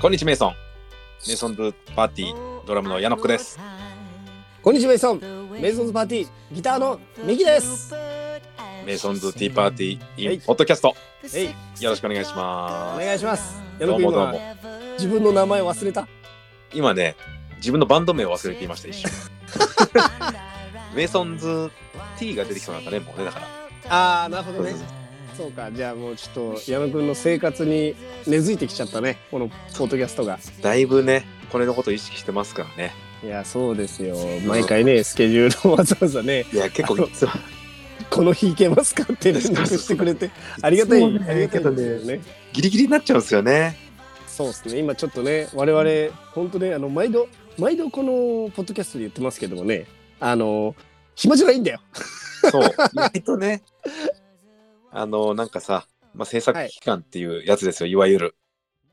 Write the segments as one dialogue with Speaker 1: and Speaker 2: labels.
Speaker 1: こんにちはメイソンメイソンズパーティードラムの矢野子です
Speaker 2: こんにちはメイソンメイソンズパーティーギターのミキです
Speaker 1: メイソンズティーパーティーイ
Speaker 2: は
Speaker 1: ン
Speaker 2: い
Speaker 1: ポッドキャスト
Speaker 2: えい
Speaker 1: よろしくお願いしま
Speaker 2: お
Speaker 1: す
Speaker 2: 願いします矢
Speaker 1: どう
Speaker 2: 野君
Speaker 1: もどう
Speaker 2: 今
Speaker 1: も
Speaker 2: 自分の名前忘れた
Speaker 1: 今ね自分のバンド名を忘れていました一瞬 メイソンズ T が出てきそうなんだねもうねだから
Speaker 2: あーなるほどね
Speaker 1: そう
Speaker 2: そうかじゃあもうちょっと矢野君の生活に根付いてきちゃったねこのポッドキャストが
Speaker 1: だいぶねこれのことを意識してますからね
Speaker 2: いやそうですよ毎回ねスケジュールをわざわざね
Speaker 1: いや結 構いつも
Speaker 2: この日行けますかって連絡してくれてありがたい
Speaker 1: そうね
Speaker 2: ありがたいですよね
Speaker 1: ギリギリになっちゃうんですよね
Speaker 2: そうですね今ちょっとね我々本当ねあの毎度毎度このポッドキャストで言ってますけどもねあの暇じゃないんだよ
Speaker 1: そう意外とねあのなんかさ、まあ、制作期間っていうやつですよ、い、わゆる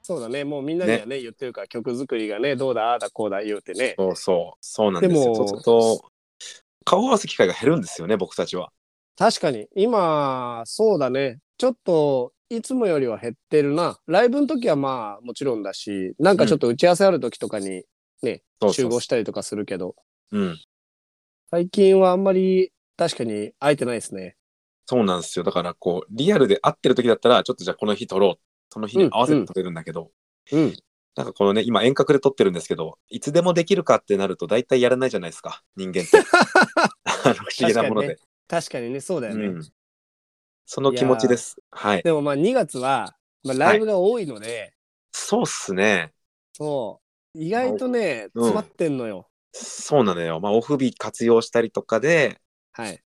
Speaker 2: そうだねもうみんなにはね言ってるから曲作りがねどうだああだこうだ言うてね
Speaker 1: そうそうそうなんですよ
Speaker 2: でも
Speaker 1: そうすると顔を合わせ機会が減るんですよね僕たちは
Speaker 2: 確かに今そうだねちょっといつもよりは減ってるなライブの時はまあもちろんだしなんかちょっと打ち合わせある時とかに
Speaker 1: そうそ
Speaker 2: 集
Speaker 1: う
Speaker 2: 合したりとかするけど
Speaker 1: うん
Speaker 2: 最近はあんまり確かに会えてないですね
Speaker 1: そうなんですよだからこうリアルで会ってる時だったらちょっとじゃあこの日撮ろうその日に合わせて撮れるんだけど、
Speaker 2: うん
Speaker 1: なんかこのね今遠隔で撮ってるんですけどいつでもできるかってなると大体やらないじゃないですか人間って あの不思議なもので、
Speaker 2: 確かにねそうだよね、
Speaker 1: うん、その気持ちですはい
Speaker 2: でもまあ2月は、まあ、ライブが多いので、
Speaker 1: そうっすね
Speaker 2: そう意外とね
Speaker 1: うん
Speaker 2: 詰まってんのよ、
Speaker 1: そうなのよ。まあ、オフ日活用したりとかで、
Speaker 2: はい、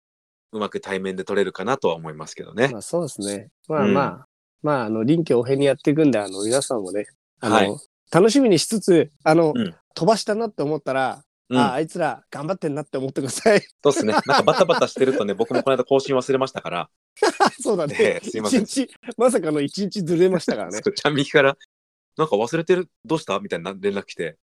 Speaker 1: うまく対面で取れるかなとは思いますけどね。
Speaker 2: まあ、そうですねまあ
Speaker 1: うん
Speaker 2: まあ、まああの臨機応変にやっていくんであの皆さんもねあの、
Speaker 1: はい
Speaker 2: 楽しみにしつつあの、
Speaker 1: うん
Speaker 2: 飛ばしたなって思ったら、
Speaker 1: うん、
Speaker 2: ああいつら頑張ってんなって思ってください
Speaker 1: そうですね。なんかバタバタしてるとね、僕もこの間更新忘れましたから、
Speaker 2: そうだね
Speaker 1: ええ
Speaker 2: 一
Speaker 1: すいません
Speaker 2: 日まさかの一日ずれましたからね
Speaker 1: そうちゃんみきから、なんか忘れてる、どうしたみたいな連絡来て、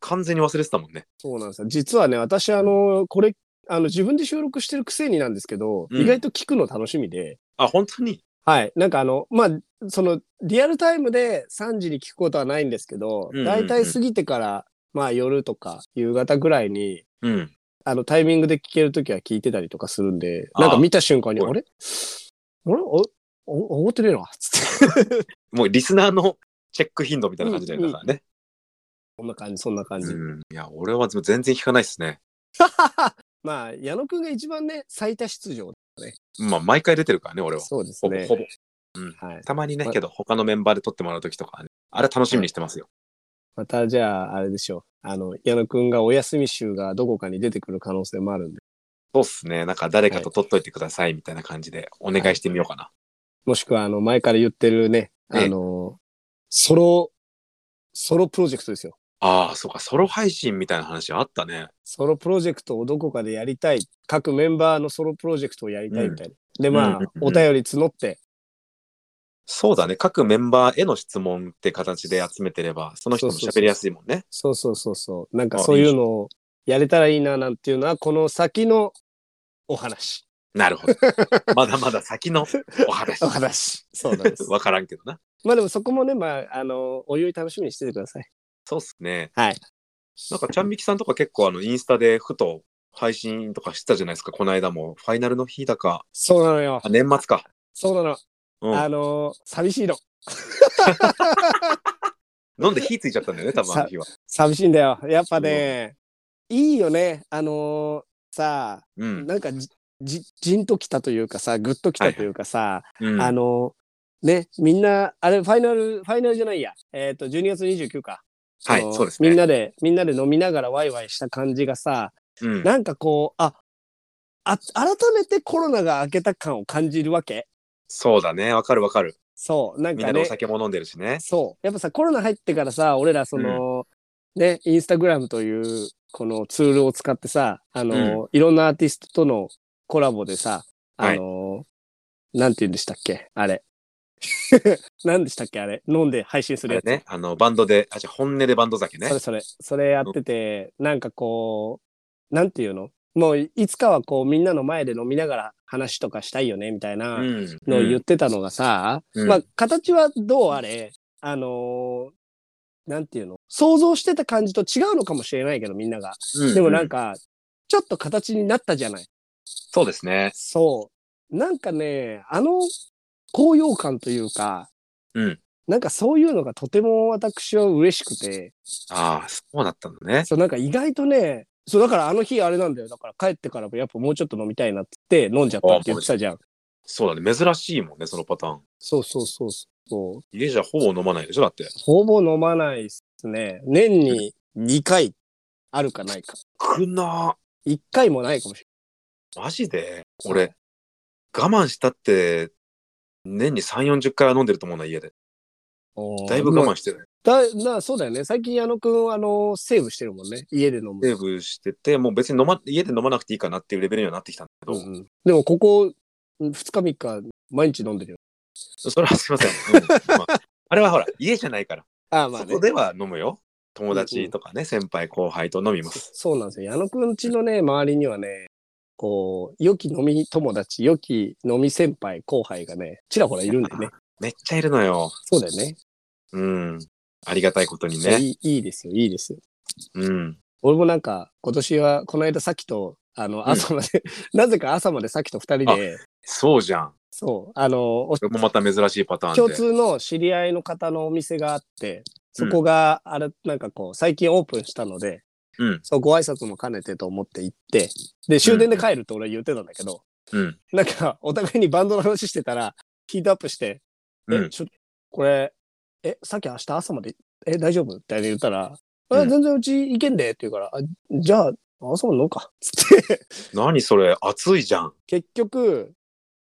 Speaker 1: 完全に忘れてたもんね。
Speaker 2: そうなんですよ実はね私あのこれあの自分で収録してるくせになんですけど、
Speaker 1: うん
Speaker 2: 意外と聞くの楽しみで、
Speaker 1: あ、本当に
Speaker 2: はい。なんかあの、まあ、その、リアルタイムで3時に聞くことはないんですけど
Speaker 1: うんうんう、ん
Speaker 2: だいたい過ぎてから、まあ夜とか夕方ぐらいに、
Speaker 1: うん。
Speaker 2: あのタイミングで聞けるときは聞いてたりとかするんで、
Speaker 1: ああ
Speaker 2: なんか見た瞬間に、
Speaker 1: すごい
Speaker 2: あれあれお、お、おごってねえな、つって。
Speaker 1: もうリスナーのチェック頻度みたいな感じで、だからね。
Speaker 2: こんな感じ、そんな感
Speaker 1: う
Speaker 2: じ。
Speaker 1: ん。いや、俺は全然聞かないですね。
Speaker 2: まあ、矢野くんが一番ね、最多出場。
Speaker 1: まあ、毎回出てるからね、俺は。
Speaker 2: そうです
Speaker 1: ほぼ、
Speaker 2: ね
Speaker 1: ほ。ぼ。
Speaker 2: はい。
Speaker 1: たまにね、
Speaker 2: ま
Speaker 1: けど、他のメンバーで撮ってもらうときとかはね、あれ楽しみにしてますよ。
Speaker 2: また、じゃあ、あれでしょう。あの、矢野くんがお休み週がどこかに出てくる可能性もあるんで、
Speaker 1: そうっすね。なんか誰かと取っといてくださいみたいな感じでお願いしてみようかな。
Speaker 2: もしくは、あの、前から言ってるね、
Speaker 1: ええ
Speaker 2: あの、ソロ、ソロプロジェクトですよ。
Speaker 1: ああ、そうか。ソロ配信みたいな話あったね。
Speaker 2: ソロプロジェクトをどこかでやりたい。各メンバーのソロプロジェクトをやりたいみたいな。で、まあ、
Speaker 1: うんうんうん
Speaker 2: お便り募って、
Speaker 1: そうだね。各メンバーへの質問って形で集めてれば、その人も喋りやすいもんね。
Speaker 2: そうそうそうそう、なんか
Speaker 1: あ
Speaker 2: そういうのをやれたらいいななんていうのは、この先の お話。
Speaker 1: なるほ ど。まだまだ先のお話
Speaker 2: お。話。そうなんです。
Speaker 1: わからんけどな。
Speaker 2: まあでもそこもね、まあ、あの、おいおい楽しみにしててください。
Speaker 1: そうっすね。
Speaker 2: はい。
Speaker 1: なんか、ちゃんみきさんとか結構あの、インスタでふと配信とかしてたじゃないですか。この間も、ファイナルの日だか、
Speaker 2: そうなのよ
Speaker 1: あ。年末か。
Speaker 2: そうなの。
Speaker 1: うん。
Speaker 2: あの、寂しいの。
Speaker 1: 飲んで火ついちゃったんだよね、多分あの日は。
Speaker 2: 寂しいんだよ。やっぱね、いいよね。あのーさあ、
Speaker 1: うん。
Speaker 2: なんかじ、じ、じんときたというかさ、ぐっときたというかさ、
Speaker 1: うん、
Speaker 2: あのーね、みんな、あれ、ファイナル、ファイナルじゃないや。えっ、と、12月29か。
Speaker 1: はい
Speaker 2: あのー
Speaker 1: そうですね
Speaker 2: みんなで、みんなで飲みながらワイワイした感じがさ、
Speaker 1: うん、
Speaker 2: なんかこう、あ、あ、改めてコロナが明けた感を感じるわけ。
Speaker 1: そうだね。わかるわかる。
Speaker 2: そう、なん
Speaker 1: みん
Speaker 2: か
Speaker 1: なでお
Speaker 2: ね、
Speaker 1: 酒も飲んでるしね。
Speaker 2: そう。やっぱさ、コロナ入ってからさ、俺らその、ね、インスタグラムという、このツールを使ってさ、あの、いろんなアーティストとのコラボでさ、あの、なんて言うんでしたっけあれ。 なんでしたっけあれ。飲んで配信す
Speaker 1: あ
Speaker 2: る
Speaker 1: れ
Speaker 2: やつ。
Speaker 1: ね、あの、バンドで、あ、じゃあ本音でバンド酒ね
Speaker 2: そ。れそれ。それやってて、なんかこう、なんていうのもう、いつかはこう、みんなの前で飲みながら話とかしたいよね、みたいな。
Speaker 1: うん。
Speaker 2: の言ってたのがさ、
Speaker 1: うん
Speaker 2: まあ形はどうあれあのーなんていうの、想像してた感じと違うのかもしれないけど、みんなが。でもなん
Speaker 1: か、
Speaker 2: か、ちょっと形になったじゃない。
Speaker 1: そうですね。
Speaker 2: そう。なんかね、あの高揚感というか、
Speaker 1: うん
Speaker 2: なんかそういうのがとても私は嬉しくて、
Speaker 1: ああ、そうだったのね。
Speaker 2: そうなんか意外とね、そうだからあの日あれなんだよ。だから帰ってからもやっぱもうちょっと飲みたいなって言って飲んじゃったって言ってたじゃん。
Speaker 1: そうだね。珍しいもんね、そのパターン。
Speaker 2: そうそうそうそう。
Speaker 1: 家じゃほぼ飲まないでしょ、だって。
Speaker 2: ほぼ飲まないっすね。年に2回あるかないか。
Speaker 1: くな
Speaker 2: 1回もないかもし
Speaker 1: ーマジで
Speaker 2: れない。
Speaker 1: 俺、我慢したって、年に3、40回は飲んでると思うな、家で。
Speaker 2: おー、
Speaker 1: だいぶ我慢してる。
Speaker 2: だなそうだよね。最近矢野くん、あの、セーブしてるもんね。家で飲む。
Speaker 1: セーブしてて、もう別に飲ま、家で飲まなくていいかなっていうレベルにはなってきたんだけど、
Speaker 2: うんうんでも、ここ、2日3日、毎日飲んでるよ。
Speaker 1: それはすいません。うんまあ あれはほら、家じゃないから。
Speaker 2: ああ、
Speaker 1: そこでは飲むよ。友達とかね、先輩、後輩と飲みます。
Speaker 2: そうなんですよ。矢野くんちのね、周りにはね、こう、良き飲み友達、良き飲み先輩、後輩がね、ちらほらいるんだよね。
Speaker 1: めっちゃいるのよ。
Speaker 2: そうだよね。
Speaker 1: うん。ありがたいことに
Speaker 2: いや
Speaker 1: ね。
Speaker 2: いいいいですよ、いいですよ。
Speaker 1: うん。
Speaker 2: 俺もなんか、今年は、この間さっきと、あ
Speaker 1: ん
Speaker 2: の、朝まで、 なぜか朝までさっきと二人で、
Speaker 1: そうじゃん。
Speaker 2: そう、あの、お
Speaker 1: これもまた珍しいパターンで。
Speaker 2: 共通の知り合いの方のお店があって、そこが、あれ、なんかこう、最近オープンしたので、
Speaker 1: うん
Speaker 2: そう、ご挨拶も兼ねてと思って行って、で、終電で帰ると俺言ってたんだけど、
Speaker 1: うん。
Speaker 2: なんか、お互いにバンドの話してたら、ヒートアップして、
Speaker 1: うん
Speaker 2: え、ちょ、これ、え、さっき明日朝まで、え、大丈夫って言ったら、え
Speaker 1: うん
Speaker 2: 全然うち行けんでって言うから、あじゃあ、朝まで飲むか。つって、
Speaker 1: 何それ、熱いじゃん。
Speaker 2: 結局、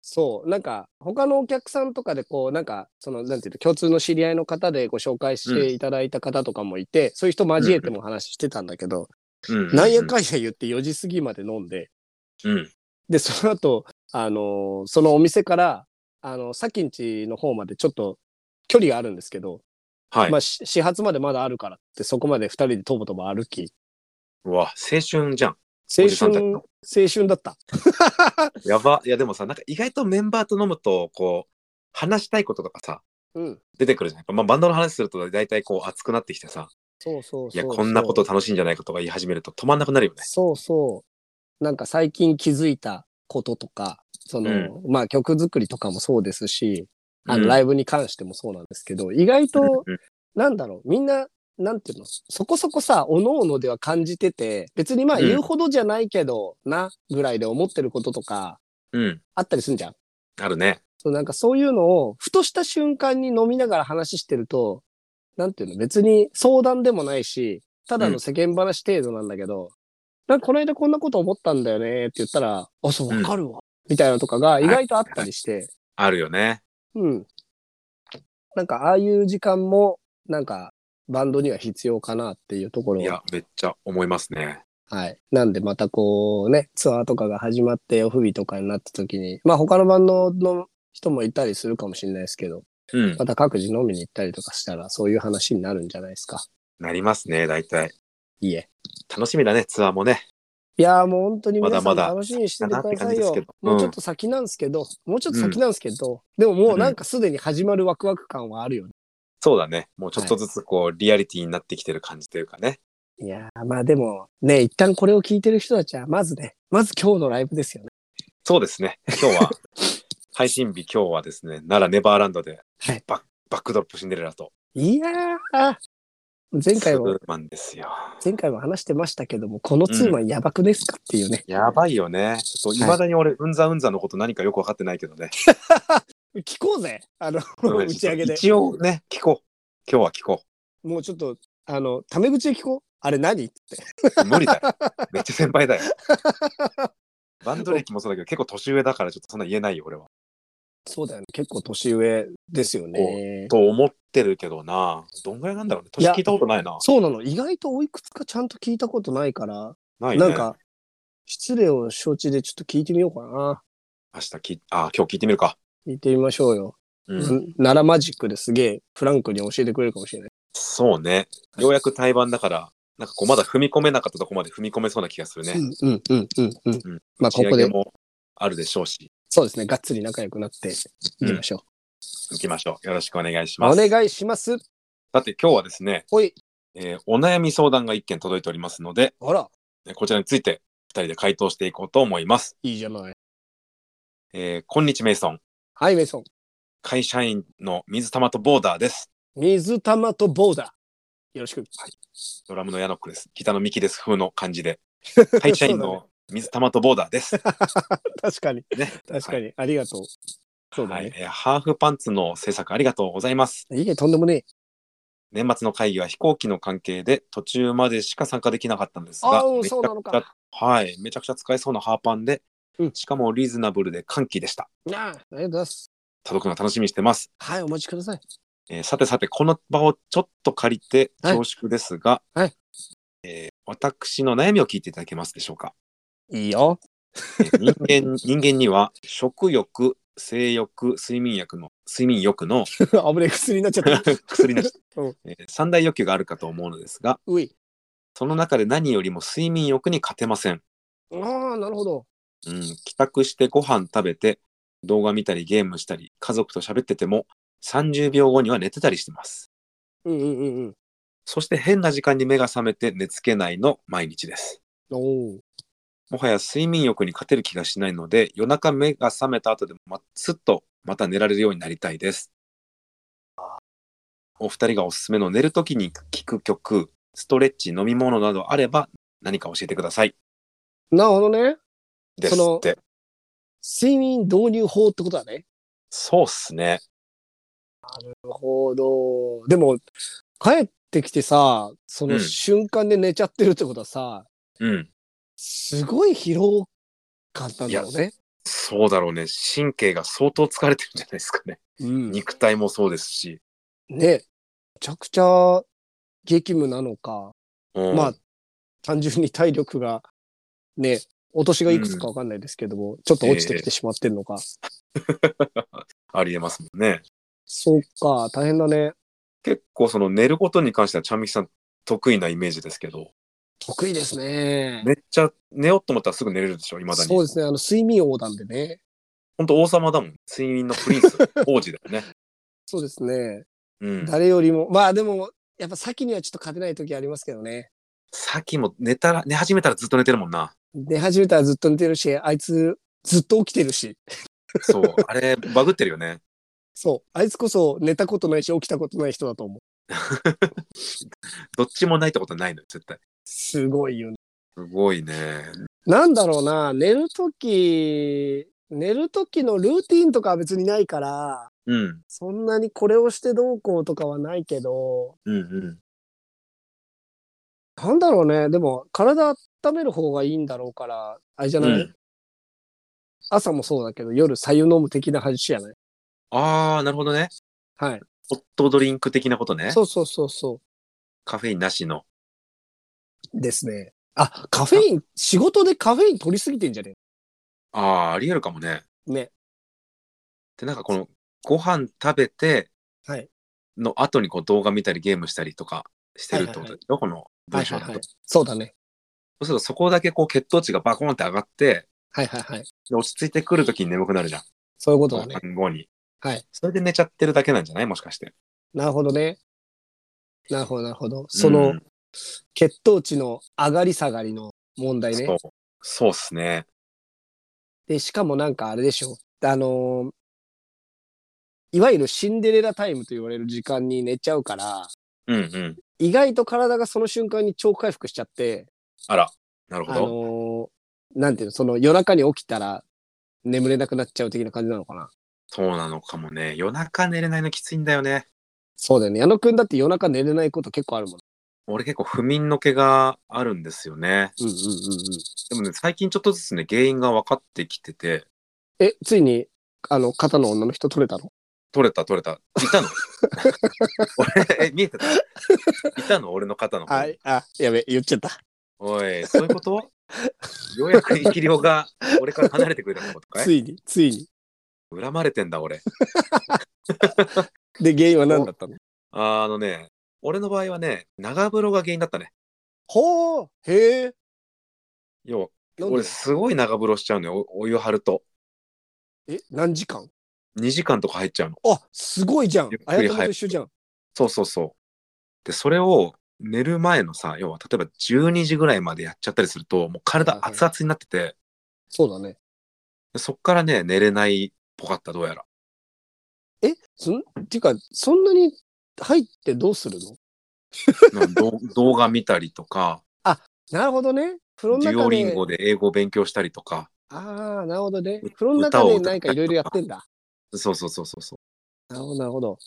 Speaker 2: そう、なんか、他のお客さんとかで、こう、なんか、その、なんていうの、共通の知り合いの方でご紹介していただいた方とかもいて、そういう人交えても話してたんだけど、
Speaker 1: うん。
Speaker 2: なんやかんや言って4時過ぎまで飲んで、
Speaker 1: うん。
Speaker 2: で、その後、あのーそのお店から、あの、さきんちの方までちょっと距離があるんですけど、
Speaker 1: はい。
Speaker 2: まあ、し始発までまだあるからって、そこまで2人でとぼとぼ歩き、
Speaker 1: うわ、青春じゃん。
Speaker 2: 青
Speaker 1: おじさんたち
Speaker 2: 春、
Speaker 1: の
Speaker 2: 青春だった。
Speaker 1: やば。いや、でもさ、なんか意外とメンバーと飲むと、こう、話したいこととかさ、
Speaker 2: うん。
Speaker 1: 出てくるじゃん。やっぱまあ、バンドの話すると大体こう熱くなってきてさ、
Speaker 2: そうそうそう
Speaker 1: いや、こんなこと楽しいんじゃないかとか言い始めると止まんなくなるよね。
Speaker 2: そうそう。なんか最近気づいたこととか、その、まあ曲作りとかもそうですし、あの、ラ
Speaker 1: イ
Speaker 2: イブに関してもそうなんですけど、意外と、
Speaker 1: うん
Speaker 2: なんだろう、みんな、なんていうの、そこそこさ、おのおのでは感じてて、別にまあ
Speaker 1: うん
Speaker 2: 言うほどじゃないけど、な、ぐらいで思ってることとか、
Speaker 1: うん。
Speaker 2: あったりすんじゃん。
Speaker 1: あるね。
Speaker 2: そうなんかそういうのを、ふとした瞬間に飲みながら話してると、なんていうの、別に相談でもないし、ただの世間話程度なんだけど、なんかこの間こんなこと思ったんだよねって言ったら、あ、そう、
Speaker 1: うん
Speaker 2: わかるわ、みたいなのとかが意外とあったりして、
Speaker 1: あるよね。
Speaker 2: うん。なんかああいう時間も、なんかバンドには必要かなっていうところを
Speaker 1: いや、めっちゃ思いますね。
Speaker 2: はい。なんでまたこうね、ツアーとかが始まって、オフ日とかになった時に、まあ他のバンドの人もいたりするかもしれないですけど、
Speaker 1: うん。
Speaker 2: また各自飲みに行ったりとかしたら、そういう話になるんじゃないですか。
Speaker 1: なりますね、大体。
Speaker 2: いいえ。
Speaker 1: 楽しみだね、ツアーもね。
Speaker 2: いやーもう本当に皆さ
Speaker 1: ま
Speaker 2: ん
Speaker 1: だまだ
Speaker 2: 楽しみにしててくだ
Speaker 1: かなって
Speaker 2: さ
Speaker 1: 感
Speaker 2: い
Speaker 1: じです
Speaker 2: よ
Speaker 1: けど。うん
Speaker 2: もうちょっと先なんですけど、もうちょっと先なんですけど、でももうなんかすでに始まるワクワク感はあるよね。
Speaker 1: そうだね。もうちょっとずつこう、リアリティになってきてる感じというかね。
Speaker 2: いやーまあでもね、一旦これを聞いてる人たちは、まずね、まず今日のライブですよね。
Speaker 1: そうですね。今 日は、配信日今日はですね、奈良ネバーランドで、
Speaker 2: はい
Speaker 1: バッバックドロップシンデレラと、
Speaker 2: いやー前回
Speaker 1: ツ
Speaker 2: も
Speaker 1: ー、マンですよ。
Speaker 2: 前回も話してましたけども、このツーマンやばくですかっていうね。
Speaker 1: やばいよね。ちょっと、いまだに俺、うんざうんざのこと何かよくわかってないけどね。
Speaker 2: 聞こうぜあの、
Speaker 1: うん
Speaker 2: 打ち上げで。
Speaker 1: 一応ね、聞こう。今日は聞こ
Speaker 2: もうちょっと、あの、タメ口で聞こう。あれ何って。
Speaker 1: う。無理 だよ。めっちゃ先輩だよ。バンド歴もそうだけど、結構年上だから、ちょっとそんな言えないよ、俺は。
Speaker 2: そうだよね。結構年上ですよね。
Speaker 1: と思ってるけどな。どんぐらいなんだろうね。
Speaker 2: い
Speaker 1: 年
Speaker 2: や
Speaker 1: 聞いたことないな。
Speaker 2: そうなの。意外とおいくつかちゃんと聞いたことないから、
Speaker 1: ないね。
Speaker 2: なんか、失礼を承知でちょっと聞いてみようかな。
Speaker 1: 明日き、あ、今日聞いてみるか。
Speaker 2: 聞いてみましょうよ。
Speaker 1: うん。
Speaker 2: ん奈良マジックですげえフランクに教えてくれるかもしれない。
Speaker 1: そうね。ようやく対バンだから、なんかこう、まだ踏み込めなかったとこまで踏み込めそうな気がするね。
Speaker 2: うんうんうんうんうん。
Speaker 1: うん
Speaker 2: まあ、こ
Speaker 1: 仕
Speaker 2: こ
Speaker 1: 上げ
Speaker 2: で、
Speaker 1: もあるでしょうし、
Speaker 2: そうですね。がっつり仲良くなっていきましょ
Speaker 1: 行きましょう。よろしくお願いし
Speaker 2: う。
Speaker 1: ます。
Speaker 2: お願いします。
Speaker 1: さて今日はですね、
Speaker 2: ほい。
Speaker 1: えーお悩み相談が1件届いておりますので、
Speaker 2: あら、
Speaker 1: えーこちらについて2人で回答していこうと思います。
Speaker 2: いいじゃない。
Speaker 1: えーこんにちメイソン。
Speaker 2: はい、メイソン。
Speaker 1: 会社員の水玉とボーダーです。
Speaker 2: 水玉とボーダー。よろしく。
Speaker 1: ドラムのヤノックです。ギターのミキです。風の感じ で。会社員
Speaker 2: そうだ
Speaker 1: の水玉とボーダーです。
Speaker 2: 確かに。
Speaker 1: ね、
Speaker 2: 確かに。ありがとう。そうだ
Speaker 1: はい
Speaker 2: ね。
Speaker 1: えーハーフパンツの制作ありがとうございます。
Speaker 2: いいえ、とんでもねえ。
Speaker 1: 年末の会議は飛行機の関係で途中までしか参加できなかったんです
Speaker 2: あ
Speaker 1: が、
Speaker 2: ー
Speaker 1: めちゃ
Speaker 2: そうなの
Speaker 1: くちゃ
Speaker 2: か。
Speaker 1: はい、めちゃくちゃ使えそうなハーパンで、
Speaker 2: うん
Speaker 1: しかもリーズナブルで歓喜でした。
Speaker 2: ああ、ありがとうございます。
Speaker 1: 届くの楽しみにしてます。
Speaker 2: はい、お待ちください。
Speaker 1: えーさてさて、この場をちょっと借りて
Speaker 2: はい
Speaker 1: 恐縮ですが、
Speaker 2: はい
Speaker 1: えー私の悩みを聞いていただけますでしょうか。
Speaker 2: いいよ。
Speaker 1: えー人間人間には食欲、性欲、睡眠薬の睡眠欲の
Speaker 2: あぶねえ、薬になっちゃった。
Speaker 1: 薬の、
Speaker 2: うん
Speaker 1: えー三大欲求があるかと思うのですが、
Speaker 2: うい。
Speaker 1: その中で何よりも睡眠欲に勝てません。
Speaker 2: ああ、なるほど。
Speaker 1: うん、帰宅してご飯食べて、動画見たりゲームしたり、家族と喋ってても、30秒後には寝てたりしてます。
Speaker 2: うんうんうんうん。
Speaker 1: そして変な時間に目が覚めて寝つけないの毎日です。
Speaker 2: おお。
Speaker 1: もはや睡眠欲に勝てる気がしないので、夜中目が覚めた後でもま、すっとまた寝られるようになりたいです。お二人がおすすめの寝るときに聴く曲、ストレッチ、飲み物などあれば何か教えてください。
Speaker 2: なるほどね。
Speaker 1: ですって。
Speaker 2: 睡眠導入法ってことだね。
Speaker 1: そうっすね。
Speaker 2: なるほど。でも、帰ってきてさ、その
Speaker 1: うん
Speaker 2: 瞬間で寝ちゃってるってことはさ、
Speaker 1: うん。
Speaker 2: すごい疲労感なんだろうね。
Speaker 1: そうだろうね。神経が相当疲れてるんじゃないですかね。
Speaker 2: うん。ね。
Speaker 1: 肉体もそうですし。
Speaker 2: めちゃくちゃ激務なのか、
Speaker 1: うん
Speaker 2: まあ、単純に体力が、ね、落としがいくつかわかんないですけども、ちょっと落ちてきてしまってるのか。
Speaker 1: ありえますもんね。
Speaker 2: そうか、大変だね。
Speaker 1: 結構その寝ることに関しては、ちゃんみきさん得意なイメージですけど、
Speaker 2: 得意ですね。
Speaker 1: めっちゃ寝ようと思ったらすぐ寝れるでしょ、いまだに。
Speaker 2: そうですね。あの、睡眠王なんでね。
Speaker 1: 本当王様だもん。睡眠のプリンス、王子だ よね。
Speaker 2: そうですね。
Speaker 1: うん。
Speaker 2: 誰よりも、まあでも、やっぱ先にはちょっと勝てない時ありますけどね。
Speaker 1: さっきも寝たら、寝始めたらずっと寝てるもんな。
Speaker 2: 寝始めたらずっと寝てるし、あいつずっと起きてるし。
Speaker 1: そう。 あれ、バグってるよね。
Speaker 2: そう。あいつこそ寝たことないし、起きたことない人だと思う。
Speaker 1: どっちもないってことはないのよ、絶対。
Speaker 2: すごいよね。
Speaker 1: すごいね。
Speaker 2: なんだろうな、寝るとき、寝るときのルーティンとかは別にないから、
Speaker 1: うん。
Speaker 2: そんなにこれをしてどうこうとかはないけど、
Speaker 1: うんうん。
Speaker 2: なんだろうね、でも体温める方がいいんだろうから、あれじゃない、
Speaker 1: うん
Speaker 2: 朝もそうだけど、夜、白湯飲む的な話じゃない
Speaker 1: あー、なるほどね。
Speaker 2: はい。
Speaker 1: ホットドリンク的なことね。
Speaker 2: そうそうそうそ
Speaker 1: カフェインなしの。
Speaker 2: う。ですね。あ、カフェイン、仕事でカフェイン取りすぎてんじゃね
Speaker 1: ああ、ありえるかもね。
Speaker 2: ね。
Speaker 1: で、なんかこの、ご飯食べて、
Speaker 2: はい
Speaker 1: の後にこう動画見たりゲームしたりとかしてるってことでしょ、この
Speaker 2: はい
Speaker 1: 文
Speaker 2: は
Speaker 1: 章
Speaker 2: い
Speaker 1: だと。
Speaker 2: はい。そうだね。
Speaker 1: そうするとそこだけこう血糖値がバコーンって上がって、
Speaker 2: はいはいはい。
Speaker 1: で落ち着いてくるときに眠くなるじゃん。
Speaker 2: そういうことだね。
Speaker 1: ご飯後に。
Speaker 2: はい。
Speaker 1: それで寝ちゃってるだけなんじゃないもしかして。
Speaker 2: なるほどね。なるほどなるほど。その、
Speaker 1: うん
Speaker 2: 血糖値の上がり下がりの問題
Speaker 1: そ
Speaker 2: ね
Speaker 1: う。。そうっすね。
Speaker 2: で、しかもなんかあれでしょ。あのーいわゆるシンデレラタイムと言われる時間に寝ちゃうから、
Speaker 1: うんうん。
Speaker 2: 意外と体がその瞬間に超回復しちゃって、
Speaker 1: あら、なるほ
Speaker 2: あ
Speaker 1: ど。
Speaker 2: のーなんていうの、その夜中に起きたら眠れなくなっちゃう的な感じなのかな。
Speaker 1: そうなのかもね。夜中寝れないのきついんだよね。
Speaker 2: そうだよね。矢野くんだって夜中寝れないこと結構あるもん。
Speaker 1: 俺結構不眠の毛があるんですよね。
Speaker 2: うんうんうんうん。
Speaker 1: でもね、最近ちょっとずつね、原因が分かってきてて、
Speaker 2: え、ついに、あの、肩の女の人取れたの
Speaker 1: 取れた取れた。いたの 俺、え、見えてたいたの俺の肩の方。
Speaker 2: あ、あ、やべ、言っちゃった。
Speaker 1: おい、そういうことようやく生き量が俺から離れてくれたってことか
Speaker 2: つ
Speaker 1: い
Speaker 2: いに、ついに。
Speaker 1: 恨まれてんだ、俺。
Speaker 2: で、原因は何だったの
Speaker 1: あのね、俺の場合はね、長風呂が原因だったね。
Speaker 2: ほうへえ。
Speaker 1: 要は、
Speaker 2: なんで
Speaker 1: 俺すごい長風呂しちゃうのよ。おお湯張ると。
Speaker 2: え、何時間
Speaker 1: 2時間とか入っちゃうの。
Speaker 2: あ、すごいじゃん
Speaker 1: ゆっ。く
Speaker 2: あや
Speaker 1: り
Speaker 2: ともと一緒じゃん。
Speaker 1: そうそうそう。で、それを寝る前のさ、要は例えば12時ぐらいまでやっちゃったりすると、もう体熱々になってて、
Speaker 2: そうだね。
Speaker 1: でそっからね、寝れないっぽかった、どうやら。
Speaker 2: え、そん、てか、そんなに入ってどうするの
Speaker 1: なんか どう動画見たりとか、
Speaker 2: なるほどね。風呂の
Speaker 1: デュ
Speaker 2: 中
Speaker 1: オリ
Speaker 2: で
Speaker 1: ン。ゴで英語を勉強したりとか、
Speaker 2: ああ、なるほどね。風呂の中で何かいろいろやってんだ。
Speaker 1: そうそうそうそうそう。
Speaker 2: なるほど、なるほど。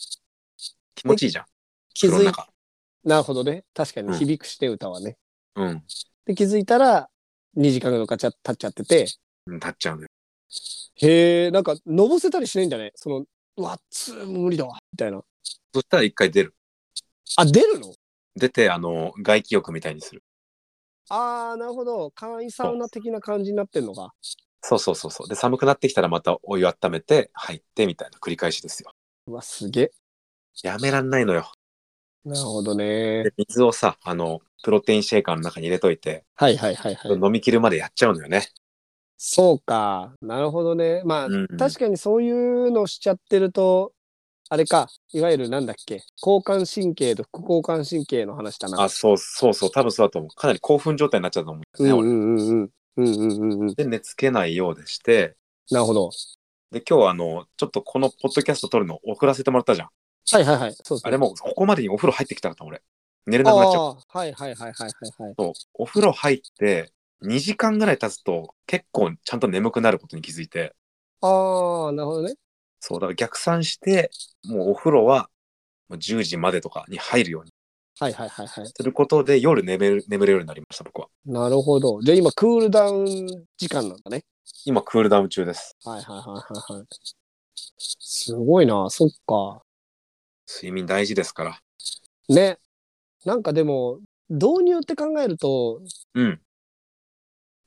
Speaker 1: 気持ちいいじゃん。
Speaker 2: 気
Speaker 1: 風呂の
Speaker 2: づい
Speaker 1: 中。
Speaker 2: なるほどね。確か
Speaker 1: う
Speaker 2: に
Speaker 1: ん
Speaker 2: 響くして歌はね。
Speaker 1: うん。
Speaker 2: で、気づいたら、2時間とかちゃ経っちゃってて。
Speaker 1: うん立っちゃうのよ。
Speaker 2: へえ、なんか、のぼせたりしないんだね。その、うわっつー、無理だわ。みたいな。
Speaker 1: そしたら一回出る。
Speaker 2: あ、出るの
Speaker 1: 出て、あの、外気浴みたいにする。
Speaker 2: ああ、なるほど。簡易サウナ的な感じになってんのか。
Speaker 1: そうそうそうそう。で、寒くなってきたらまたお湯温めて、入ってみたいな繰り返しですよ。
Speaker 2: うわ、すげえ。
Speaker 1: やめらんないのよ。
Speaker 2: なるほどね
Speaker 1: で。水をさ、あの、プロテインシェイカーの中に入れといて、
Speaker 2: はいはいはいはい。
Speaker 1: 飲み切るまでやっちゃうのよね。
Speaker 2: そうか。なるほどね。まあ、
Speaker 1: うん、
Speaker 2: 確かにそういうのしちゃってると、あれか、いわゆるなんだっけ、交感神経と副交感神経の話だな。
Speaker 1: あ、そうそうそう、多分そうだと思う。かなり興奮状態になっちゃうと思うん
Speaker 2: う
Speaker 1: だ
Speaker 2: ん
Speaker 1: よ
Speaker 2: う
Speaker 1: ね。
Speaker 2: んうんうん。うんうんうんうん。
Speaker 1: 俺で、寝つけないようでして、
Speaker 2: なるほど。
Speaker 1: で、今日はあの、ちょっとこのポッドキャスト撮るの遅らせてもらったじゃん。
Speaker 2: はいはいはい。そうです
Speaker 1: あ
Speaker 2: ね。
Speaker 1: れもうここまでにお風呂入ってきたかった俺。寝れな
Speaker 2: あ
Speaker 1: くなっちゃう。
Speaker 2: あー、はいはいはいはいはいはい。
Speaker 1: そうお風呂入って2時間ぐらい経つと結構ちゃんと眠くなることに気づいて、
Speaker 2: ああ、なるほどね。
Speaker 1: そうだから逆算して、もうお風呂はもう10時までとかに入るように
Speaker 2: はいはいはいはい。
Speaker 1: することで夜眠れる眠れるようになりました僕は。
Speaker 2: なるほど。じゃあ今、クールダウン時間なんだね。
Speaker 1: 今クールダウン中です。
Speaker 2: はいはいはいはいはい。すごいな、そっか。
Speaker 1: 睡眠大事ですから。
Speaker 2: ね。なんかでも、導入って考えると、
Speaker 1: うん。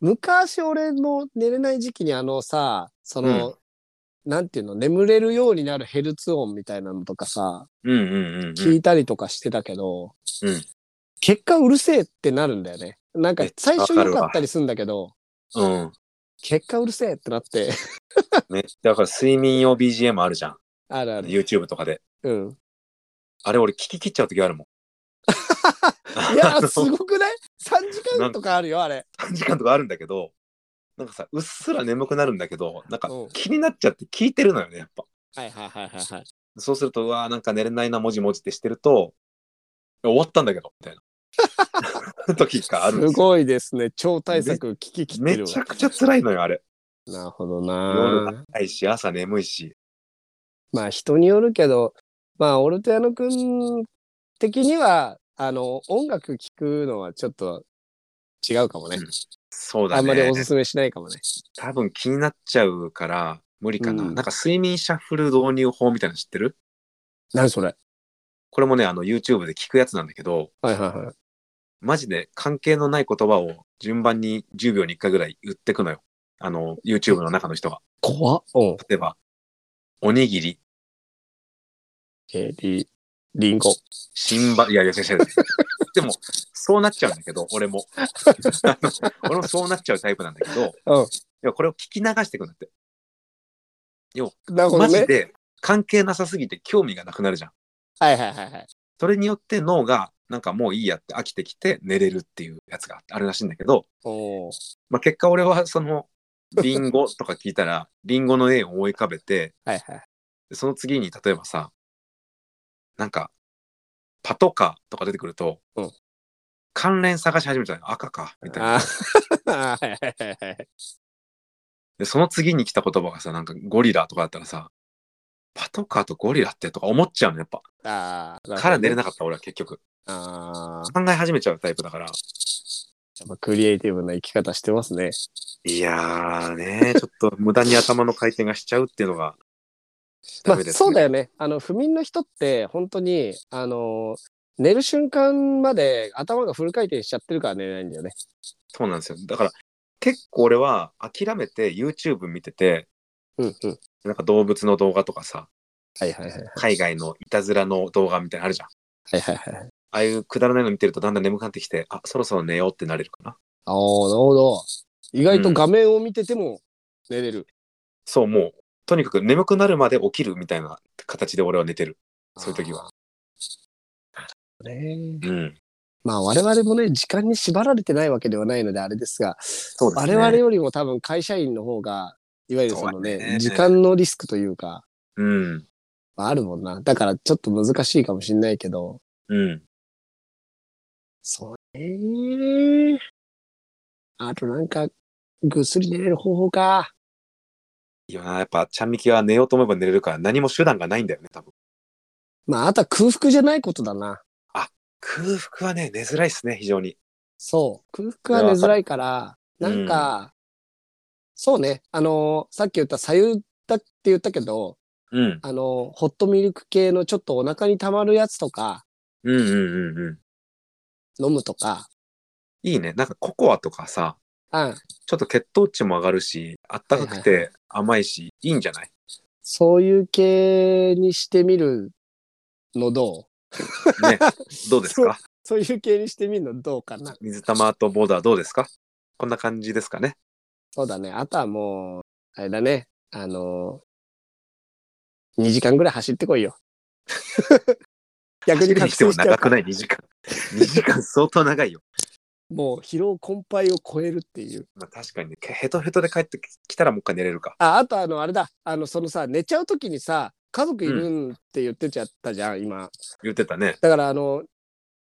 Speaker 2: 昔俺も寝れない時期にあのさ、その、なんていうの、眠れるようになるヘルツ音みたいなのとかさ、
Speaker 1: うんうんうん、う
Speaker 2: 聞
Speaker 1: ん。
Speaker 2: いたりとかしてたけど、
Speaker 1: うん
Speaker 2: 結果うるせえってなるんだよね。なんか
Speaker 1: めっちゃ
Speaker 2: 最初
Speaker 1: わか
Speaker 2: 良
Speaker 1: るわ
Speaker 2: かったりするんだけど、
Speaker 1: うん。
Speaker 2: 結果うるせえってなって、
Speaker 1: ね、だから睡眠用 BGM あるじゃん。
Speaker 2: あるある。
Speaker 1: YouTube とかで。
Speaker 2: うん。
Speaker 1: あれ俺聞き切っちゃう時あるもん。
Speaker 2: いや、すごくない ?3 時間とかあるよ、あれ。
Speaker 1: 3時間とかあるんだけど、なんかさ、うっすら眠くなるんだけど、なんか
Speaker 2: うん
Speaker 1: 気になっちゃって聞いてるのよね、やっぱ。
Speaker 2: はいはいはいはいはい。
Speaker 1: そうすると、うわーなんか寝れないな、もじもじってしてると、いや終わったんだけど、みたい な。時があるんですすよ。
Speaker 2: ごいですね。超大作聞き切って
Speaker 1: め
Speaker 2: るわ。
Speaker 1: ちゃくちゃ辛いのよ、あれ。
Speaker 2: なるほど
Speaker 1: 夜
Speaker 2: な。
Speaker 1: がいし、朝眠いし。
Speaker 2: まあ人によるけど、まあ、オルトヤノ君的には、あの、音楽聴くのはちょっと違うかもね。
Speaker 1: うんそうだね。
Speaker 2: あんまりおすすめしないかもね。
Speaker 1: 多分気になっちゃうから、無理かな。
Speaker 2: うん
Speaker 1: なんか睡眠シャッフル導入法みたいなの知ってる
Speaker 2: 何それ
Speaker 1: これもね、あの YouTube で聞くやつなんだけど、
Speaker 2: はいはいはい。
Speaker 1: マジで関係のない言葉を順番に10秒に1回ぐらい言ってくのよ。あの、YouTube の中の人が。
Speaker 2: 怖っ。うん。
Speaker 1: 例えば、おにぎり、
Speaker 2: えー、り、りんご。
Speaker 1: 新ば、いやいや、違う違う違う。 でも、そうなっちゃうんだけど、俺も。 あの俺もそうなっちゃうタイプなんだけど、
Speaker 2: うん
Speaker 1: いやこれを聞き流していくんだって。
Speaker 2: なるほど
Speaker 1: マジ
Speaker 2: ね。
Speaker 1: で関係なさすぎて興味がなくなるじゃん。
Speaker 2: はいはいはいはい。
Speaker 1: それによって脳が、なんかもういいやって飽きてきて寝れるっていうやつがあるらしいんだけど、
Speaker 2: おー
Speaker 1: まあ、結果俺はその、リンゴとか聞いたら、リンゴの絵を思い浮かべて、
Speaker 2: はいはい。
Speaker 1: でその次に例えばさ、なんか、パトカーとか出てくると、
Speaker 2: うん
Speaker 1: 関連探し始めちゃうの。赤か、みたいな。
Speaker 2: あーはいはいはいはい。
Speaker 1: で、その次に来た言葉がさ、なんかゴリラとかだったらさ、パトカーとゴリラってとか思っちゃうの、やっぱ。
Speaker 2: ああ。
Speaker 1: から寝れな
Speaker 2: か
Speaker 1: かった、俺は結局。
Speaker 2: った。ああ。
Speaker 1: 考え始めちゃうタイプだから。
Speaker 2: やっぱクリエイティブな生き方してますね。
Speaker 1: いやーね、 ちょっと無駄に頭の回転がしちゃうっていうのが、
Speaker 2: ま
Speaker 1: ダ
Speaker 2: あ
Speaker 1: メですね
Speaker 2: そうだよね。あの、不眠の人って、本当に、あの、寝る瞬間まで頭がフル回転しちゃってるから寝れないんだよね。
Speaker 1: そうなんですよ。だから、結構俺は諦めて YouTube 見てて、
Speaker 2: うんうん。
Speaker 1: なんか動物の動画とかさ、
Speaker 2: はいはいはい。
Speaker 1: 海外のいたずらの動画みたいなのあるじゃん。
Speaker 2: はいはいはい。
Speaker 1: ああいうくだらないの見てるとだんだん眠くなってきて、あ、そろそろ寝ようってなれるかな。
Speaker 2: ああ、なるほど。意外と画面を見てても寝れる。
Speaker 1: そう、もう、とにかく眠くなるまで起きるみたいな形で俺は寝てる。そういう時は。
Speaker 2: ね。
Speaker 1: うん。
Speaker 2: まあ我々もね、時間に縛られてないわけではないのであれですが、
Speaker 1: そうですね。
Speaker 2: 我々よりも多分会社員の方が、いわゆるそのね、
Speaker 1: そうだね
Speaker 2: 時間のリスクというか、
Speaker 1: うん。
Speaker 2: まあ、あるもんな。だからちょっと難しいかもしんないけど、
Speaker 1: うん。
Speaker 2: そうね。あとなんか、ぐっすり寝れる方法か。
Speaker 1: いや、やっぱ、ちゃんみきは寝ようと思えば寝れるから、何も手段がないんだよね、多分。
Speaker 2: まあ、あとは空腹じゃないことだな。
Speaker 1: 空腹はね、寝づらいですね、非常に。
Speaker 2: そう。空腹は寝づらいから、なんか、そうね。あのーさっき言った左右だって言ったけど、
Speaker 1: うん。
Speaker 2: あのーホットミルク系のちょっとお腹に溜まるやつとか、
Speaker 1: うんうんうんうん。
Speaker 2: 飲むとか、
Speaker 1: いいね。なんかココアとかさ、
Speaker 2: うん。
Speaker 1: ちょっと血糖値も上がるし、あったかくて甘いし、いいんじゃ ない
Speaker 2: そういう系にしてみるのどう
Speaker 1: ね。どうですか
Speaker 2: そういう系にしてみるのどうかな。
Speaker 1: 水玉とボーダーどうですかこんな感じですかね。
Speaker 2: そうだね。あとはもう、あれだね。あのー、2時間ぐらい走ってこいよ。逆 に
Speaker 1: 走るに
Speaker 2: 覚
Speaker 1: して
Speaker 2: 醒
Speaker 1: も
Speaker 2: しちゃ
Speaker 1: 長
Speaker 2: うか
Speaker 1: く
Speaker 2: ら
Speaker 1: ない2時間。2時 間相当長いよ。
Speaker 2: もう疲労困憊を超えるっていう。
Speaker 1: まあ、確かにね、ヘトヘトで帰ってきたらもう一回寝れるか。
Speaker 2: あ、あとあの、あれだ。あの、そのさ、寝ちゃうときにさ、家族いるんって言ってちゃったじゃん、今。
Speaker 1: 言ってたね。
Speaker 2: だからあの、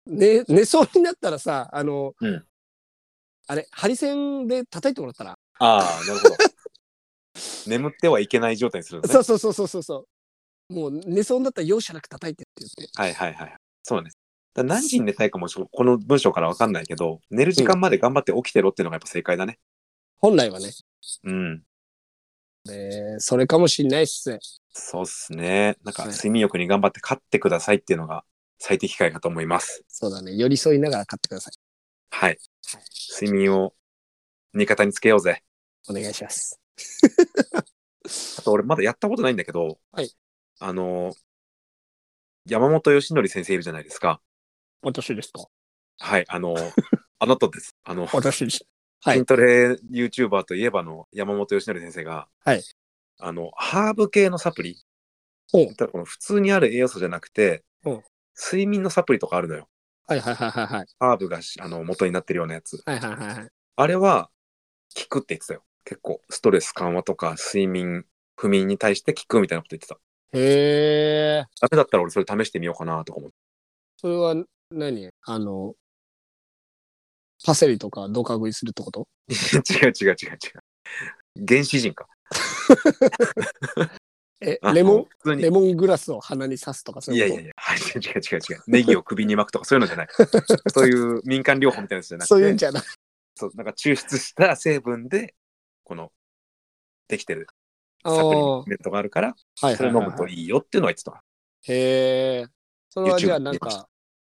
Speaker 2: ね、寝そうになったらさ、あの、
Speaker 1: うん
Speaker 2: あれ、ハリセンで叩いてもらったら。
Speaker 1: ああ、なるほど。 眠ってはいけない状態にするのね
Speaker 2: そ。うそうそうそうそうそう。もう寝そうになったら容赦なく叩いてって言って。
Speaker 1: はいはいはい。そうね。だから何時に寝たいかもちょこの文章からわかんないけど、寝る時間まで頑張って起きてろっていうのがやっぱ正解だね。
Speaker 2: 本来はね。
Speaker 1: うん。
Speaker 2: ねそれかもしんないっす。
Speaker 1: そうっすね。なんか
Speaker 2: はい
Speaker 1: 睡眠欲に頑張って勝ってくださいっていうのが最適解かと思います。
Speaker 2: そうだね。寄り添いながら買ってください。
Speaker 1: はい。睡眠を味方につけようぜ。
Speaker 2: お願いします。
Speaker 1: あと俺まだやったことないんだけど、
Speaker 2: はい
Speaker 1: あの、山本義則先生いるじゃないですか。
Speaker 2: 私ですか
Speaker 1: はい、あ の、あなたです。あの、
Speaker 2: 私です。はい
Speaker 1: 筋トレ YouTuber といえばの山本義則先生が、
Speaker 2: はい
Speaker 1: あの、ハーブ系のサプリ、
Speaker 2: お
Speaker 1: だからこの普通にある栄養素じゃなくて
Speaker 2: うん、
Speaker 1: 睡眠のサプリとかあるのよ。
Speaker 2: はいはいはいはいはい。
Speaker 1: ハーブがしあの元になってるようなやつ。
Speaker 2: はいはいはいはい。
Speaker 1: あれは、効くって言ってたよ。結構、ストレス緩和とか、睡眠、不眠に対して効くみたいなこと言ってた。
Speaker 2: へえ。
Speaker 1: ダメだったら俺それ試してみようかなとか思って。
Speaker 2: それは何あの、パセリとかドカ食いするってこと
Speaker 1: 違う違う違う違う。原始人か。
Speaker 2: え
Speaker 1: あ、
Speaker 2: レモン
Speaker 1: 普通に
Speaker 2: レモングラスを鼻に刺すとかそう
Speaker 1: い
Speaker 2: い
Speaker 1: や
Speaker 2: うこ
Speaker 1: い
Speaker 2: と
Speaker 1: やいや、はい違う違う違う違う。ネギを首に巻くとかそういうの じゃない。そういう民間療法みたいなやつじゃなくて、
Speaker 2: そういうんじ ゃない。
Speaker 1: そうなんか抽出した成分で、この、できてる
Speaker 2: あ
Speaker 1: サプリ
Speaker 2: ー
Speaker 1: メントがあるから、
Speaker 2: はい
Speaker 1: それ
Speaker 2: はい
Speaker 1: 飲
Speaker 2: はい
Speaker 1: むと
Speaker 2: はい。
Speaker 1: いいよっていうのは言ってた。
Speaker 2: へえ。それはじゃあ
Speaker 1: YouTube
Speaker 2: なんか、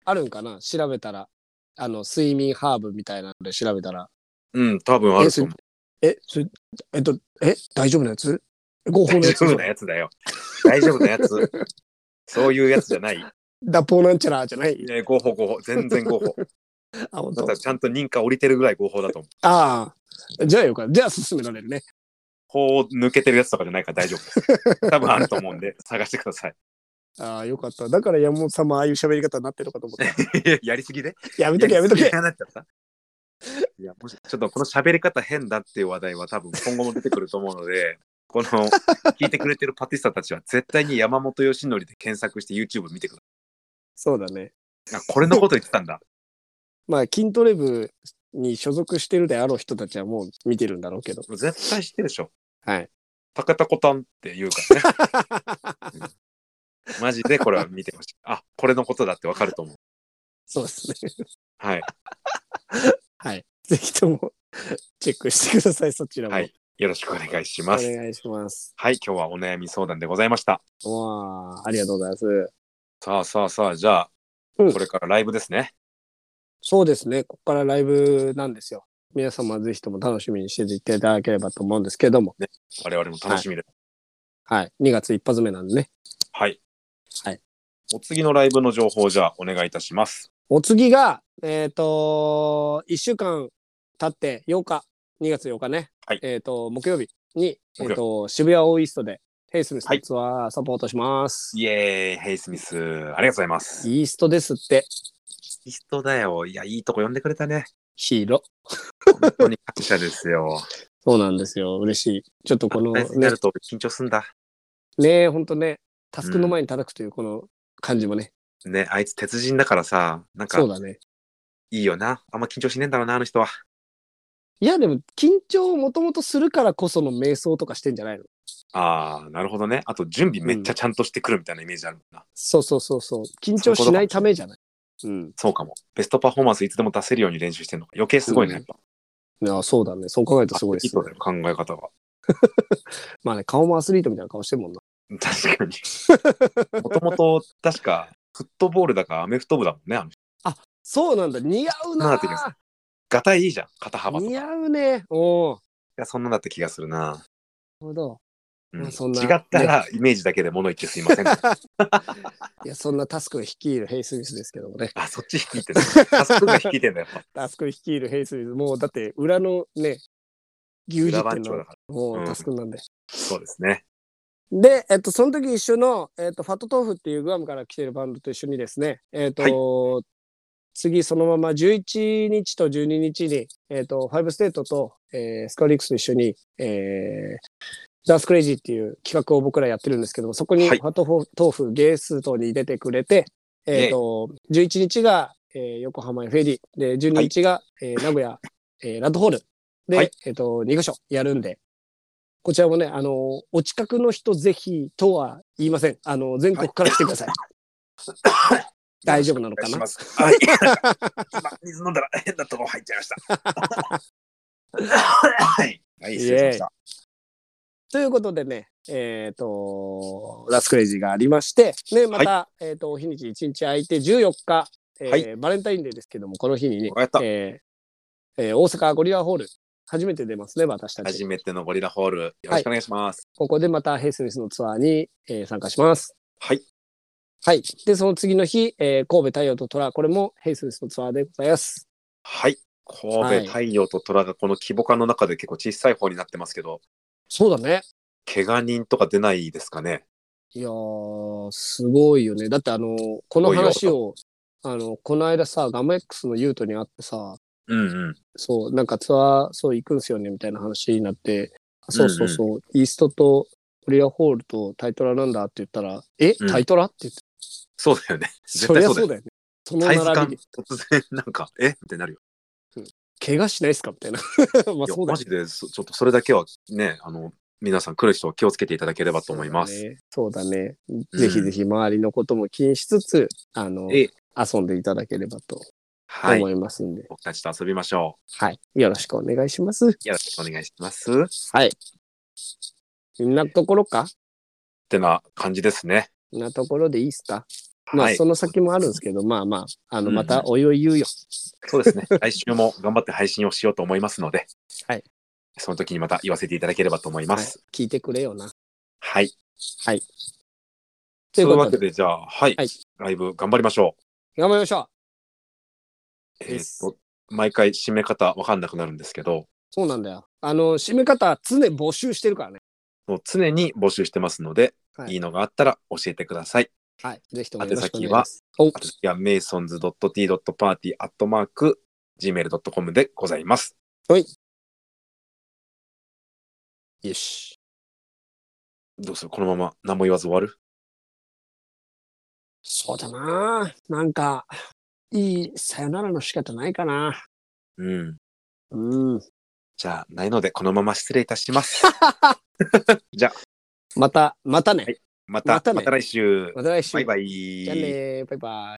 Speaker 2: あるんかな調べたら。あの、睡眠ハーブみたいなので調べたら。
Speaker 1: うん、多分あると思う。
Speaker 2: え、それ、えっと、え、大丈夫なやつ合法
Speaker 1: 大
Speaker 2: のやつ
Speaker 1: 丈夫なやつだよ。大丈夫なやつ。そういうやつじゃない。
Speaker 2: 脱法なんちゃらじゃない
Speaker 1: いや合法合法。全然合法。
Speaker 2: あ、本
Speaker 1: だ
Speaker 2: 当
Speaker 1: からちゃんと認可降りてるぐらい合法だと思う。
Speaker 2: ああ。じゃあよかった。じゃあ進められるね。
Speaker 1: 法を抜けてるやつとかじゃないから大丈夫です。多分あると思うんで、探してください。
Speaker 2: ああ、よかった。だから山本さんもああいう喋り方になってるのかと 思った。
Speaker 1: いややりすぎで
Speaker 2: やめとけ、やめとけ。
Speaker 1: なっちゃった。いや、もし、ちょっとこの喋り方変だっていう話題は多分今後も出てくると思うので、この、聞いてくれてるパティスタたちは絶対に山本義則で検索して YouTube 見てくだ
Speaker 2: そうだね。
Speaker 1: さい。あ、これのこと言ってたんだ。
Speaker 2: まあ、筋トレ部に所属してるであろう人たちはもう見てるんだろうけど。
Speaker 1: 絶対知ってるでしょ。
Speaker 2: はい。
Speaker 1: タカタコタンって言うからね。 マジでこれは見てほしい。あ、これのことだってわかると思う。
Speaker 2: そうですね。
Speaker 1: はい。
Speaker 2: はい。ぜひともチェックしてください、そちらも。
Speaker 1: はい。よろしくお願いし
Speaker 2: お
Speaker 1: ます。
Speaker 2: 願いします。
Speaker 1: はい。今日はお悩み相談でございました。
Speaker 2: わあ、ありがとうございます。
Speaker 1: さあさあさあ、じゃあ、
Speaker 2: うん
Speaker 1: これからライブですね。
Speaker 2: そうですね。ここからライブなんですよ。皆様ぜひとも楽しみにしていていただければと思うんですけれども。
Speaker 1: 我々も楽しみで
Speaker 2: はい。2月一発目なんでね。
Speaker 1: はい。
Speaker 2: はい。
Speaker 1: お次のライブの情報じゃあお願いいたします。
Speaker 2: お次が、えっ、と、1週間経って8日、2月8日ね。
Speaker 1: はい
Speaker 2: えっ、と、木曜日に、えっ、
Speaker 1: 木
Speaker 2: と、渋谷オーイーストで、ヘイスミスのツアーサポートします。
Speaker 1: イエーイ、ヘイスミス。ありがとうございます。
Speaker 2: イーストですって、
Speaker 1: いい人だよ。いや、いいとこ呼んでくれたね。
Speaker 2: ヒーロー。
Speaker 1: 本当に感謝です よ。
Speaker 2: そうなんですよ。嬉しい。ちょっとこの
Speaker 1: 大事に
Speaker 2: ね
Speaker 1: な、ると緊張すんだ。
Speaker 2: ね、ほんとね、タスクの前に叩くというこの感じもね。
Speaker 1: ね、あいつ鉄人だからさ、なんか
Speaker 2: そうだね。
Speaker 1: いいよな。あんま緊張しねえんだろうな、あの人は。
Speaker 2: いや、でも緊張をもともとするからこその瞑想とかしてんじゃないの
Speaker 1: ああ、なるほどね。あと準備めっちゃちゃんとしてくるみたいなイメージあるもんな。
Speaker 2: そうそうそうそう。緊張しないためじゃない。うん。
Speaker 1: そうかも。ベストパフォーマンスいつでも出せるように練習してるのか。余計すごいね、
Speaker 2: うん
Speaker 1: やっぱ。
Speaker 2: いや、そうだね。そう考えるとすごい
Speaker 1: い
Speaker 2: で
Speaker 1: い
Speaker 2: すね
Speaker 1: とだよ、考え方 が。
Speaker 2: まあね、顔もアスリートみたいな顔してるもんな。
Speaker 1: 確かに。もともと、確か、フットボールだからアメフト部だもんね、あの人。
Speaker 2: そうなんだ。似合うな
Speaker 1: なってきますガタイいいじゃん、肩幅とか。い
Speaker 2: 似合うね。おお。
Speaker 1: や、そんなだった気がするな。
Speaker 2: なるほど。
Speaker 1: う
Speaker 2: ま
Speaker 1: ん、
Speaker 2: あそんな
Speaker 1: 違ったら、イメージだけで物言ってすい ません。
Speaker 2: いや、そんなタスクを率いるヘイスミスですけどもね。
Speaker 1: あ、そっち引いてる。タスクが引いてんだ、やっぱ。
Speaker 2: タスクを率いるヘイスミス。もうだって裏のね、牛耳
Speaker 1: 裏
Speaker 2: って
Speaker 1: 番
Speaker 2: いう
Speaker 1: 長
Speaker 2: の
Speaker 1: だ
Speaker 2: は
Speaker 1: から。
Speaker 2: もううんタスクなんで。
Speaker 1: そうです ね。
Speaker 2: で、えっと、その時一緒の、えっと、ファットトーフっていうグアムから来てるバンドと一緒にですね、えっと、次そのまま11日と12日に、えっと、ファイブステートと、えースカリックスと一緒に、えーダンスクレイジーっていう企画を僕らやってるんですけども、そこにフ
Speaker 1: はい
Speaker 2: ァットフォートーフゲストに出てくれて、えっと、11日が、えー横浜 FAD、で、12日が、えー名古屋、えーラッドホールで、
Speaker 1: はい
Speaker 2: えっと、2箇所やるんで、こちらもね、あの、お近くの人ぜひとは言いません。あの、全国から来てください。 大丈夫なの
Speaker 1: お願
Speaker 2: か
Speaker 1: いし
Speaker 2: な
Speaker 1: ます。はい。 今、水飲んだら 変なとこ入っちゃいました。 はい。はい、失礼しました。
Speaker 2: ということでね、えっ、と、ラスクレイジーがありまして、ね、また、えっ、と、お日にち1日空いて14日、えー
Speaker 1: はい
Speaker 2: バレンタインデーですけども、この日にね、
Speaker 1: わかった。
Speaker 2: えーえー大阪ゴリラホール、初めて出ますね、私た
Speaker 1: 初
Speaker 2: ち。
Speaker 1: めてのゴリラホール、よろしくお願いします。
Speaker 2: ここでまたヘイスミスのツアーに、えー参加します。
Speaker 1: はい。
Speaker 2: はい。で、その次の日、えー神戸太陽と虎、これもヘイスミスのツアーでございます。
Speaker 1: はい。
Speaker 2: はい
Speaker 1: 神戸太陽と虎がこの規模化の中で結構小さい方になってますけど、
Speaker 2: そうだね。
Speaker 1: 怪我人とか出ないですかね。
Speaker 2: いやー、すごいよね。だってあの、この話を、あの、この間さ、ガム X のユートに会ってさ、
Speaker 1: うんうん。
Speaker 2: そう、なんかツアー、そう行くんすよね、みたいな話になって、あそうそ
Speaker 1: う
Speaker 2: う
Speaker 1: んうん
Speaker 2: そう、イーストとトリアホールとタイトラなんだって言ったら、え、
Speaker 1: うん
Speaker 2: タイトラって言って、
Speaker 1: そうだよね。絶
Speaker 2: そ
Speaker 1: 対
Speaker 2: り ゃ
Speaker 1: そうだよ
Speaker 2: そうだよね。その
Speaker 1: サイズ
Speaker 2: 並
Speaker 1: 感
Speaker 2: びで、、
Speaker 1: 突然、なんか、えってなるよ。
Speaker 2: 怪我しないっすかみたいな。 まあ
Speaker 1: いや
Speaker 2: そうだ
Speaker 1: マ
Speaker 2: よね
Speaker 1: ジで、そちょっとそれだけはね、あの、皆さん来る人は気をつけていただければと思います。
Speaker 2: そうだね。そ
Speaker 1: う
Speaker 2: うだね
Speaker 1: ん
Speaker 2: ぜひぜひ周りのことも気にしつつ、あの、
Speaker 1: ええ
Speaker 2: 遊んでいただければと
Speaker 1: はい
Speaker 2: 思。いますんで、
Speaker 1: 僕たちと遊びましょ
Speaker 2: はい。よろしくお願いします。
Speaker 1: う。よろしくお願いします。っ
Speaker 2: はい。みんなところか
Speaker 1: てな感じですね。
Speaker 2: みんなところでいいっすか、まあ、
Speaker 1: はい
Speaker 2: その先もあるんですけど、まあまあ、あの、
Speaker 1: うん
Speaker 2: またおいおい言うよ。
Speaker 1: そうですね。 来週も頑張って配信をしようと思いますので、
Speaker 2: はい。
Speaker 1: その時にまた言わせていただければと思いま
Speaker 2: はい
Speaker 1: す。
Speaker 2: 聞いてくれよな。
Speaker 1: はい。
Speaker 2: はい。と
Speaker 1: と
Speaker 2: い
Speaker 1: いうう
Speaker 2: こ
Speaker 1: わ
Speaker 2: と
Speaker 1: け
Speaker 2: で、
Speaker 1: で、じゃあ、はい、
Speaker 2: はい
Speaker 1: ライブ頑張りましょう。
Speaker 2: 頑張りましょう。
Speaker 1: え
Speaker 2: で
Speaker 1: ーっ
Speaker 2: す
Speaker 1: と、毎回締め方わかんなくなるんですけど、
Speaker 2: そうなんだよ。あの、締め方、常募集してるからね。
Speaker 1: もう常に募集してますので、
Speaker 2: はい
Speaker 1: い、いのがあったら教えてください。
Speaker 2: はい。ぜひともよろしくお願いします。
Speaker 1: あとは、masons.t.party.gmail.com でございます。
Speaker 2: およし。
Speaker 1: どうするこのまま何も言わず終わる
Speaker 2: そうだな。なんか、いいさよならの仕方ないかな。
Speaker 1: うん。
Speaker 2: うん。
Speaker 1: じゃあ、ないので、このまま失礼いたします。じゃあ、
Speaker 2: また、またね。
Speaker 1: はいまた、
Speaker 2: またね
Speaker 1: また来週。
Speaker 2: また来週。
Speaker 1: バイバイ。
Speaker 2: じゃあね。バイバイ。